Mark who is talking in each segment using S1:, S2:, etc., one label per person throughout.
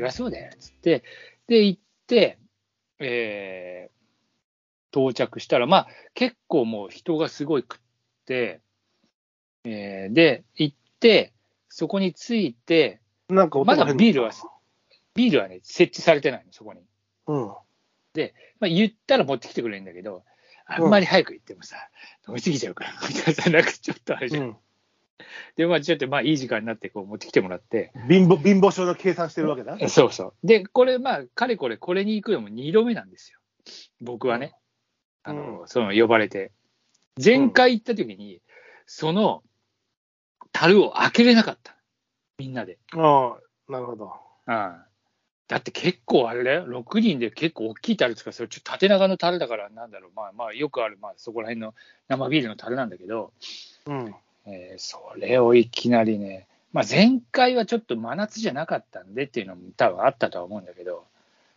S1: ますよね、つって。で、行って、えー到着したら、まあ、結構もう人がすごいくって、えーで、行って、そこに着いて、
S2: なんか音
S1: ま
S2: が
S1: だビールは
S2: す、
S1: ビールはね、設置されてないの、そこに。
S2: うん。
S1: まあ、言ったら持ってきてくれるんだけど、あんまり早く行ってもさ、飲みすぎちゃうから、みたいな、なんかちょっとあれじ
S2: う
S1: ゃん。
S2: ん。
S1: で、まあ、ちょっと、まあ、いい時間になって、こう、持ってきてもらって、
S2: 貧乏、貧乏症の計算してるわけだ。
S1: そうそう。で、これ、まあ、かれこれ、これに行くのも2度目なんですよ。僕はね。
S2: うん
S1: あの、その、呼ばれて。前回行った時に、その、樽を開けれなかった。みんなで。
S2: ああ、なるほど。
S1: うん。だって結構あれだよ。6人で結構大きい樽ですか、それちょっと縦長の樽だから、なんだろう。まあまあ、よくある、まあ、そこら辺の生ビールの樽なんだけど、
S2: うん。
S1: えーそれをいきなりね、まあ、前回はちょっと真夏じゃなかったんでっていうのも多分あったとは思うんだけど、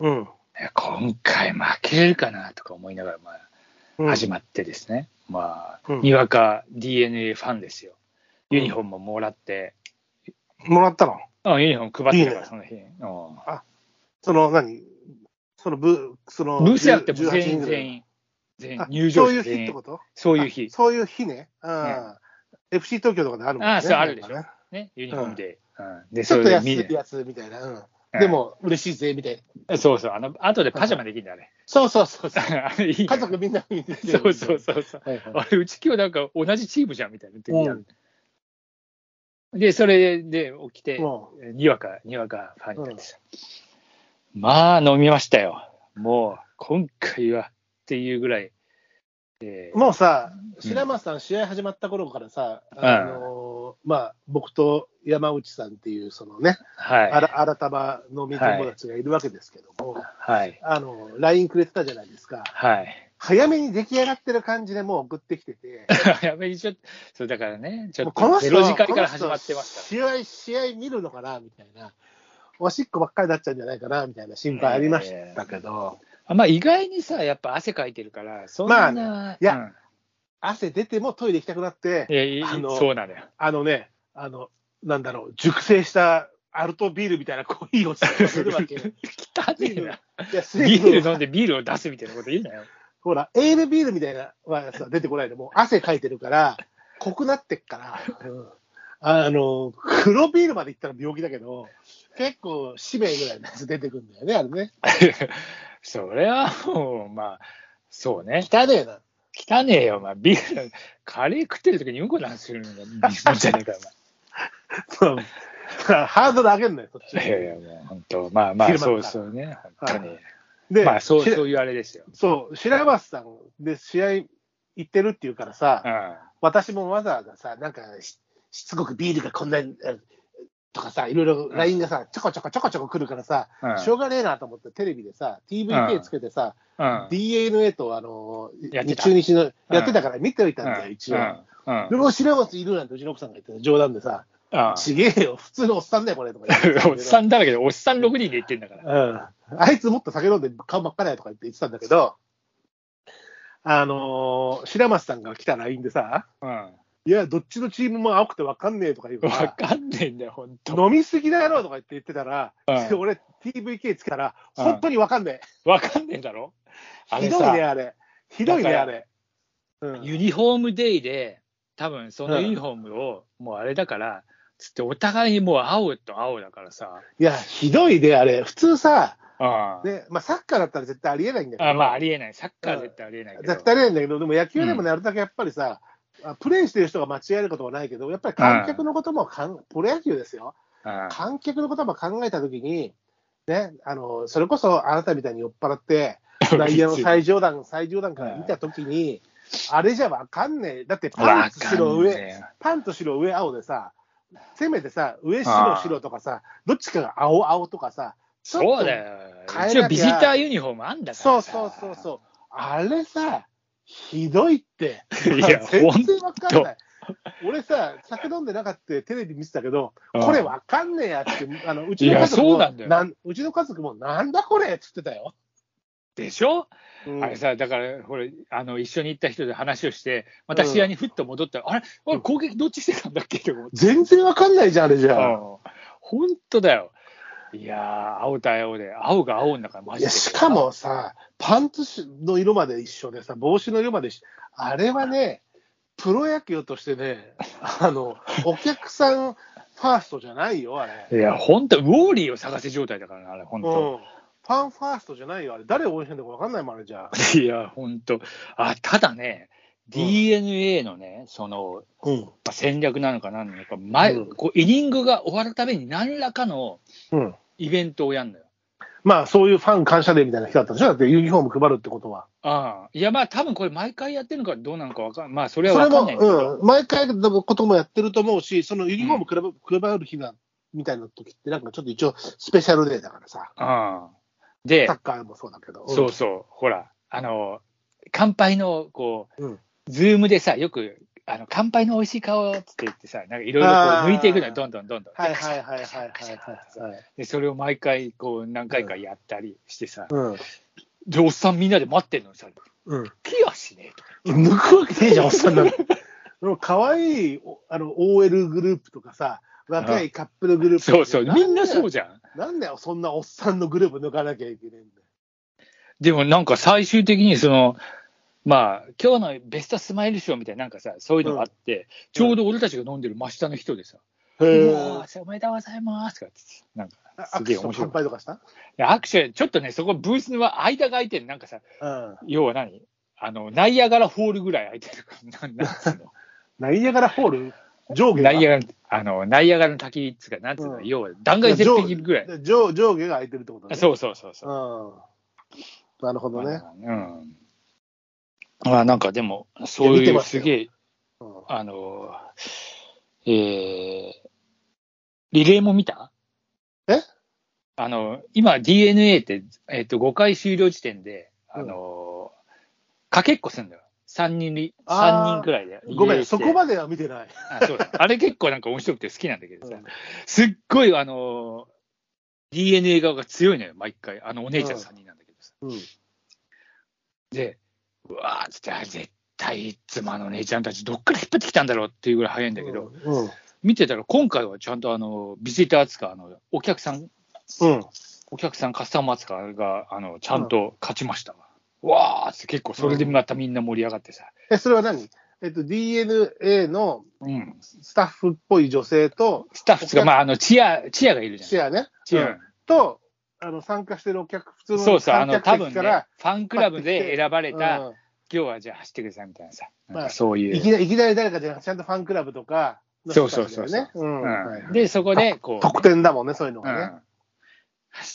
S2: うん。
S1: え今回負けれるかなとか思いながら、ま
S2: う
S1: あ、
S2: ん、
S1: 始まってですね、まあ、
S2: うん
S1: にわか DNA ファンですよ。ユニフォームももらって、
S2: もらったの
S1: あユニフォーム配ってたから、
S2: いいね
S1: その日。うん
S2: その、何そのブ、その、
S1: ブースやっても
S2: 18
S1: 全
S2: 人
S1: 員、
S2: ぐらい
S1: 全員、全員
S2: あ、
S1: 入場
S2: そうい
S1: 者
S2: う日っ
S1: 全
S2: て
S1: 員
S2: こ、と
S1: そういう日
S2: あ、そういう日ね。うん。FC 東京とかであるもんね。
S1: あそうあるでしょ
S2: なんかね
S1: ね、ユニフォームで。うんで、
S2: ち
S1: そ
S2: ょっ
S1: れ
S2: と
S1: で
S2: 安
S1: 見
S2: い
S1: る。
S2: やつみたいな。うん
S1: うん
S2: でも、嬉しいぜ、みたいな。
S1: そうそう、あの、後でパジャマできるんだよね。
S2: そうそうそうそ う。
S1: あれいいね
S2: 家族みんな見に行って
S1: そうそうそうそう。
S2: はいはい
S1: あれ、うち今日なんか同じチームじゃんみたいな時になる
S2: う
S1: で、それで起きて、
S2: も
S1: にわか、にわかファンになってさ、まあ、飲みましたよ。もう、今回はっていうぐらい。え
S2: うもうさ、
S1: ん
S2: 白松さん、試合始まった頃からさ、
S1: ん
S2: あのーまあ、僕と山内さんっていう、そのね、
S1: はい。
S2: あら新たま飲み友達がいるわけですけども、
S1: はい。
S2: あの LINE くれてたじゃないですか、
S1: はい。
S2: 早めに出来上がってる感じでもう送ってきてて、
S1: やめにちょっと、そうだからね、 ちょ
S2: も
S1: っ
S2: う
S1: と、0時間から始
S2: この
S1: ま
S2: 人
S1: ってますか
S2: 試合、試合見るのかなみたいな、おしっこばっかりになっちゃうんじゃないかなみたいな心配ありましたけど、
S1: ら。まあ、意外にさ、やっぱ汗かいてるから、そん
S2: ま
S1: な、
S2: あねいや汗出てもトイレ行きたくなって
S1: うん、いやいい
S2: あの
S1: そうなのよ。
S2: あのね、あの、なんだろう、熟成したアルトビールみたいなコーヒーをするわ け。い
S1: 汚ねえ な。
S2: や、水
S1: ビ
S2: 分
S1: ール飲んでビールを出すみたいなこと言うなよ。
S2: ほら、エールビールみたいなのはさ出てこないで、もう汗かいてるから、濃くなってっから、うんあの、黒ビールまでいったら病気だけど、結構、使命ぐらいのやつ出てくるんだよね、あれね。
S1: それはもう、まあ、そうね。
S2: 汚ねえな。
S1: 汚ねえよ、お前。ビール、カレー食ってる時にうんこなんするのが水飲んじゃねえか、
S2: そうハードル上げんなよ、そっ
S1: お。
S2: ち
S1: 前。いやいや、もう本当、まあまあ、
S2: 昼間
S1: そ
S2: か
S1: うそうね。本当に。
S2: で、
S1: まあ、そう、
S2: し
S1: そういうあれですよ。
S2: そう、白松さんで試合行ってるっていうからさ、
S1: うん。
S2: 私もわざわざさ、なんかし、しつこくビールがこんなに、えとかさ、いろいろ LINE がさ、ちょこちょこちょこちょこ来るからさ、
S1: うん
S2: しょうがねえなと思って、テレビでさ、TVK つけてさ、
S1: うん。
S2: DNA と、あの
S1: やってた
S2: 中日の
S1: うん
S2: やってたから見ておいたんだよ、
S1: うん
S2: 一応。
S1: うん。うん
S2: でも、白松いるなんて、うちの奥さんが言ってた冗談でさ、
S1: ああ
S2: ちげえよ、普通のおっさんだよ、これ、とか言ってた だけど
S1: おっさんだらけで、おっさん6人で言ってんだから。
S2: うんあいつもっと酒飲んで顔真っ赤だよとか言って言ってたんだけど、あのー白松さんが来た LINE でさ、
S1: う。
S2: いや、どっちのチームも青くて分かんねえとか言うんか
S1: わ
S2: ら、
S1: かんねえんだよ、本当。
S2: 飲みすぎだろうとか言って言ってたら、
S1: うん
S2: で 俺、TVK つけたら、
S1: うん
S2: 本当に分かんね
S1: わかんねえだろ
S2: え、
S1: あ
S2: ひ
S1: れ
S2: どいね、
S1: さ、
S2: あれ、ひどいね、
S1: だ
S2: あ
S1: から
S2: れ。うん
S1: ユニフォームデイで、多分そのユニフォームを、もうあれだから、つってお互いにもう青と青だからさ。
S2: いや、ひどいね、あれ、普通さ、
S1: ああ
S2: ねまあ、サッカーだったら絶対ありえないんだけど、
S1: あまあ、ありえない。サッカーは絶対ありえないけど。
S2: 絶対ありえないんだけど、でも野球でもね、あれだけやっぱりさ、あプレーしてる人が間違えることはないけど、やっぱり観客のこともかん、プロ野球ですよ。
S1: うん
S2: 観客のことも考えたときに、ね、あの、それこそあなたみたいに酔っ払って、内野の最上段、 最上段から見たときに、あれじゃわかんねえ。だってパンと
S1: わ
S2: 白
S1: かんね
S2: 上
S1: え、
S2: パンと白上青でさ、せめてさ、上
S1: あ
S2: 白
S1: あ
S2: 白とかさ、どっちかが青青とかさ、ちょっと
S1: そうだよ。
S2: 変え
S1: 一
S2: なきゃ
S1: 応ビジターユニフォームあんだか
S2: そう
S1: らさ。
S2: そうそうそう。あれさ、ひどいって。
S1: いや
S2: 全然わかんない。俺さ、酒飲んでなかったテレビ見てたけど、
S1: うん
S2: これわかんねえやって、あのうち
S1: い
S2: の
S1: や
S2: 家族も
S1: そうなんだよ
S2: うちの家族も、なんだこれっつってたよ。
S1: でしょ、
S2: うん
S1: あれさ、だから、ほら、あの、一緒に行った人で話をして、また試合にふっと戻ったら、あれあれ攻撃どっちしてたんだっけとか思って。
S2: 全然わかんないじゃん、あれじゃん。
S1: 本当だよ。いやー、青対青で、青が青の中、マ
S2: い
S1: ジで。
S2: や、しかもさ、パンツの色まで一緒でさ、帽子の色まで一緒。あれはね、プロ野球としてね、 あの、お客さんファーストじゃないよ、あれ。
S1: いや、本当ウォーリーを探せ状態だからな、あれ、本当、
S2: うん。ファンファーストじゃないよ、あれ。誰を応援してんのか分かんないもん、あれじゃあ。
S1: いや、本当あ、ただね、
S2: うん
S1: DNA のね、その、
S2: うん。
S1: まあ戦略なのか何なのか、前、
S2: うん
S1: こう、イニングが終わるために何らかの
S2: うん。
S1: イベントをやるのよ。
S2: まあ、そういうファン感謝デーみたいな日だったんでしょだってユニフォーム配るってことは。
S1: ああ、いや、まあ、多分これ毎回やってるのかどうなのかわかんまあ、それ
S2: そ
S1: は
S2: れ
S1: わかん
S2: も
S1: ないんだけど。、
S2: うん。毎回のこともやってると思うし、そのユニフォーム配る,、配る日だ、みたいな時って、なんかちょっと一応スペシャルデーだからさ。
S1: ああで
S2: サ、ッカーもそうだけど。ん
S1: そうそう、ほら、あの、乾杯の、こう、
S2: うん
S1: ズームでさ、よく、あの、乾杯の美味しい顔って言ってさ、なんかいろいろこう
S2: あー
S1: 抜いていくのよ、どんどんどんどん。
S2: はいはいはいはいはいはい。
S1: で、それを毎回、こう、何回かやったりしてさ、
S2: うん。
S1: で、おっさんみんなで待ってんのにさ、
S2: うん。
S1: ピアしねえとか。
S2: 抜くわけねえじゃん、おっさんなんて。でも可愛いおあの OL グループとかさ、若いカップルグループ
S1: そうそう、みんなそう
S2: じ
S1: じゃん。
S2: ゃん。なんだよ、そんなおっさんのグループ抜かなきゃいけないんだよ。
S1: でもなんか最終的にその、まあ、今日のベストスマイル賞みたいな、なんかさ、そういうのがあって、ちょうど俺たちが飲んでる真下の人でさ、うわーおめでとうございますとかって言って、なんか、す
S2: 握
S1: げえ
S2: 手と
S1: 面白
S2: 乾
S1: い。
S2: 杯とかした
S1: いや握手、ちょっとね、そこブースは間が空いてる、なんかさ、
S2: うん。
S1: 要は何あの、ナイアガラホールぐらい空いてるから、なんなんつ うの
S2: ナイアガラホール上下
S1: ナ
S2: が
S1: イアガラ、あの、ナイアガラの滝っつうか、なんつうの、
S2: うん
S1: 要は断崖絶壁ぐらい。
S2: 上上下が空いてるってことね。
S1: そうそうそうそう。
S2: うん。なるほどね。
S1: うん。まあ、なんかでも、そう
S2: いや見
S1: い
S2: て
S1: う
S2: ました
S1: す
S2: よ
S1: げえ、
S2: うん
S1: あの、えー、リレーも見た
S2: え
S1: あの、今 DNA って、えっ、と、5回終了時点で、あの、かけっこすんだよ。3人に、三
S2: あー
S1: 人くらいで。
S2: ごめん、そこ
S1: で。
S2: までは見てない。
S1: あそうだあれ結構なんか面白くて好きなんだけどさ、
S2: うん
S1: すっごいあの、DNA 側が強いのよ、毎回。あの、お姉ちゃん3人なんだけどさ。
S2: うん。
S1: で、うわーっつって、あ絶対妻の姉ちゃんたちどっから引っ張ってきたんだろうっていうぐらい早いんだけど、
S2: うん。
S1: 見てたら、今回はちゃんとあのビジター扱い、あのお客さん、
S2: うん。
S1: お客さん、カスタマー扱いがあのちゃんと勝ちましたわ。わーって結構、それでまたみんな盛り上がってさ、
S2: え、それは何えっと、DNA の
S1: うん、
S2: スタッフっぽい女性と、
S1: スタッフつうか、
S2: お客
S1: まあ、あのチアチアがいるじゃん。
S2: シェアね。
S1: チ
S2: う
S1: ア
S2: んと、あの、参加してるお客、普通
S1: そう
S2: の
S1: そう、あ
S2: 観
S1: の
S2: 客
S1: 多分
S2: 席
S1: ね、
S2: か
S1: フ
S2: ら、
S1: ァンクラブで選ばれた、
S2: うん
S1: 今日はじゃあ走ってくださいみたいなさ、
S2: まあ
S1: なんかそうい。
S2: いうきなり、いきなり誰かじゃなくて、ちゃんとファンクラブとかの人たちだよね、
S1: そうそうそう
S2: うんはい
S1: うんで、そこで、こう、
S2: 特典だもんね、そういうのがね。
S1: うん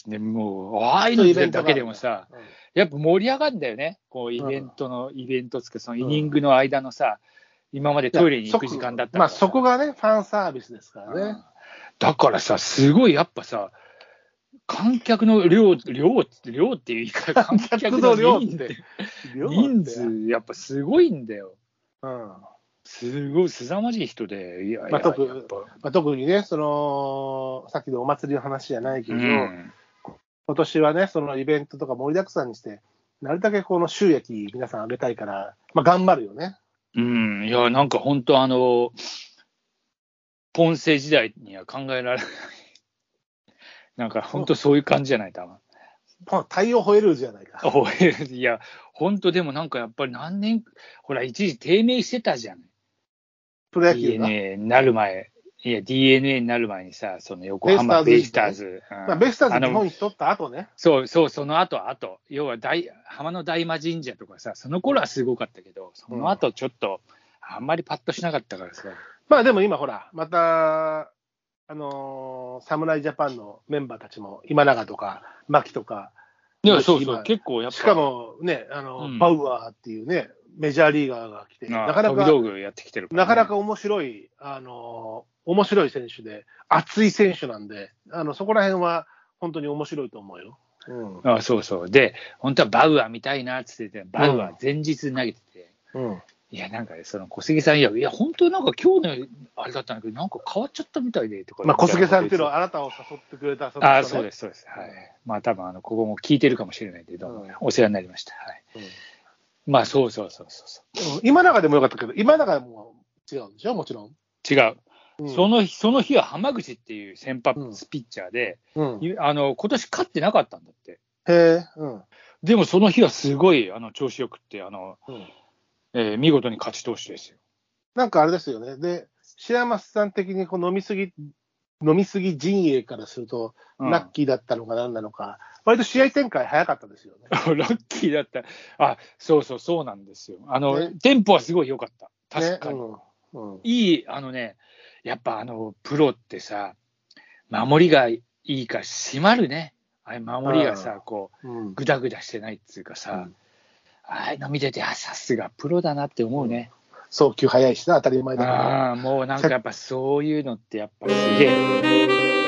S1: でもう、ああいうのだけでもさ、
S2: うん
S1: やっぱ盛り上がるんだよね、こうイベントの、イベントつか、そのイニングの間のさ、今までトイレに行く時間だった
S2: ま
S1: から
S2: あ、
S1: さ
S2: そこがね、ファンサービスですから
S1: うん
S2: ね。
S1: だからさ、すごいやっぱさ、観客の量、量って、量っていうか、 観客
S2: 客
S1: の
S2: の
S1: 量
S2: 量
S1: っ
S2: ってて、
S1: 人数、やっぱすごいんだよ。
S2: うんます
S1: ごい、すさまじい人で、いやいや、
S2: まあ特に
S1: やっぱ
S2: あ、特にね、その、さっきのお祭りの話じゃないけ
S1: う
S2: ど、
S1: ん、
S2: 今年はね、そのイベントとか盛りだくさんにして、なるだけこの収益、皆さん上げたいから、まあ、頑張るよね。
S1: うん、いや、なんか本当あの、ポンセ時代には考えられない。 なんか本当そういう感じじゃない、多分。
S2: まあ対応超えるじゃな いか。
S1: おえいや、本当でもなんかやっぱり何年、ほら、一時低迷してたじゃん。
S2: プロ野球が。
S1: DNA になる前、いや、DNA になる前にさ、その横浜ベ
S2: ベ
S1: イ
S2: イ
S1: ス
S2: ス
S1: タ
S2: タ
S1: ー
S2: ー
S1: ズ。うん
S2: まあ、ベスター
S1: あ
S2: ズ
S1: の
S2: 日本一取った後ね。
S1: そうそう、その後、あと、要は大浜の大魔神社とかさ、その頃はすごかったけど、その後ちょっと、あんまりパッとしなかったからさ。
S2: まあでも今ほら、また、あのー侍ジャパンのメンバーたちも、今永とか、牧とか、
S1: いや、
S2: 今
S1: そうそう、結構やっぱ、
S2: しかもね、あの、
S1: うん
S2: バウアーっていうね、メジャーリーガーが来て、
S1: な
S2: なかな
S1: 飛び
S2: か、
S1: 道具やってきてるらね
S2: なかなか面白い、あのー面白い選手で、熱い選手なんで、あのそこら辺は本当に面白いと思うよ。うん
S1: あそうそう。で、本当はバウアー見たいなって言ってて、バウアー前日投げてて、
S2: うん、
S1: いや、なんかその小杉さんいや、いや、本当なんか今日のあれだったんだけど、なんか変わっちゃったみたいでとか。
S2: まあ、小菅さんっていうのは、あなたを誘ってくれた、。
S1: ああ、そうですす、そうです。はい。まあ、多分あのここも聞いてるかもしれないけど、
S2: うん
S1: お世話になりました。はい。
S2: うん
S1: まあ、そうそうそうそうそ
S2: うん今永でもよかったけど、今永も違うんでしょ、もちろん。
S1: う。違う。
S2: うん
S1: その日その日は浜口っていう先発
S2: うん
S1: ピッチャーで、
S2: うん、へ
S1: いあの今年勝ってなかったんだって。
S2: え、うん。
S1: でもその日はすごいあの調子よくってあの、
S2: うん
S1: えー見事に勝ち投手ですよ。
S2: なんかあれですよね。で、白松さん的にこう飲みすぎ、飲みすぎ陣営からすると、
S1: うん
S2: ラッキーだったのか何なのか、割と試合展開早かったですよね。
S1: ラッキーだった。あ、そうそう、そうなんですよ。あの、
S2: ね
S1: テンポはすごい良かった。確かに。
S2: ねうんうん
S1: いい、あのね、やっぱあの、プロってさ、守りがいいから締まるね。あれ、守りが
S2: う
S1: さ、こ
S2: うん
S1: う、ぐだぐだしてないっつうか
S2: う
S1: さ
S2: ん、
S1: ああいうの見てて、あ、さすがプロだなって思うね。
S2: 送球早いしな、当たり前だから。
S1: ああ、もうなんかやっぱそういうのってやっぱすげえ。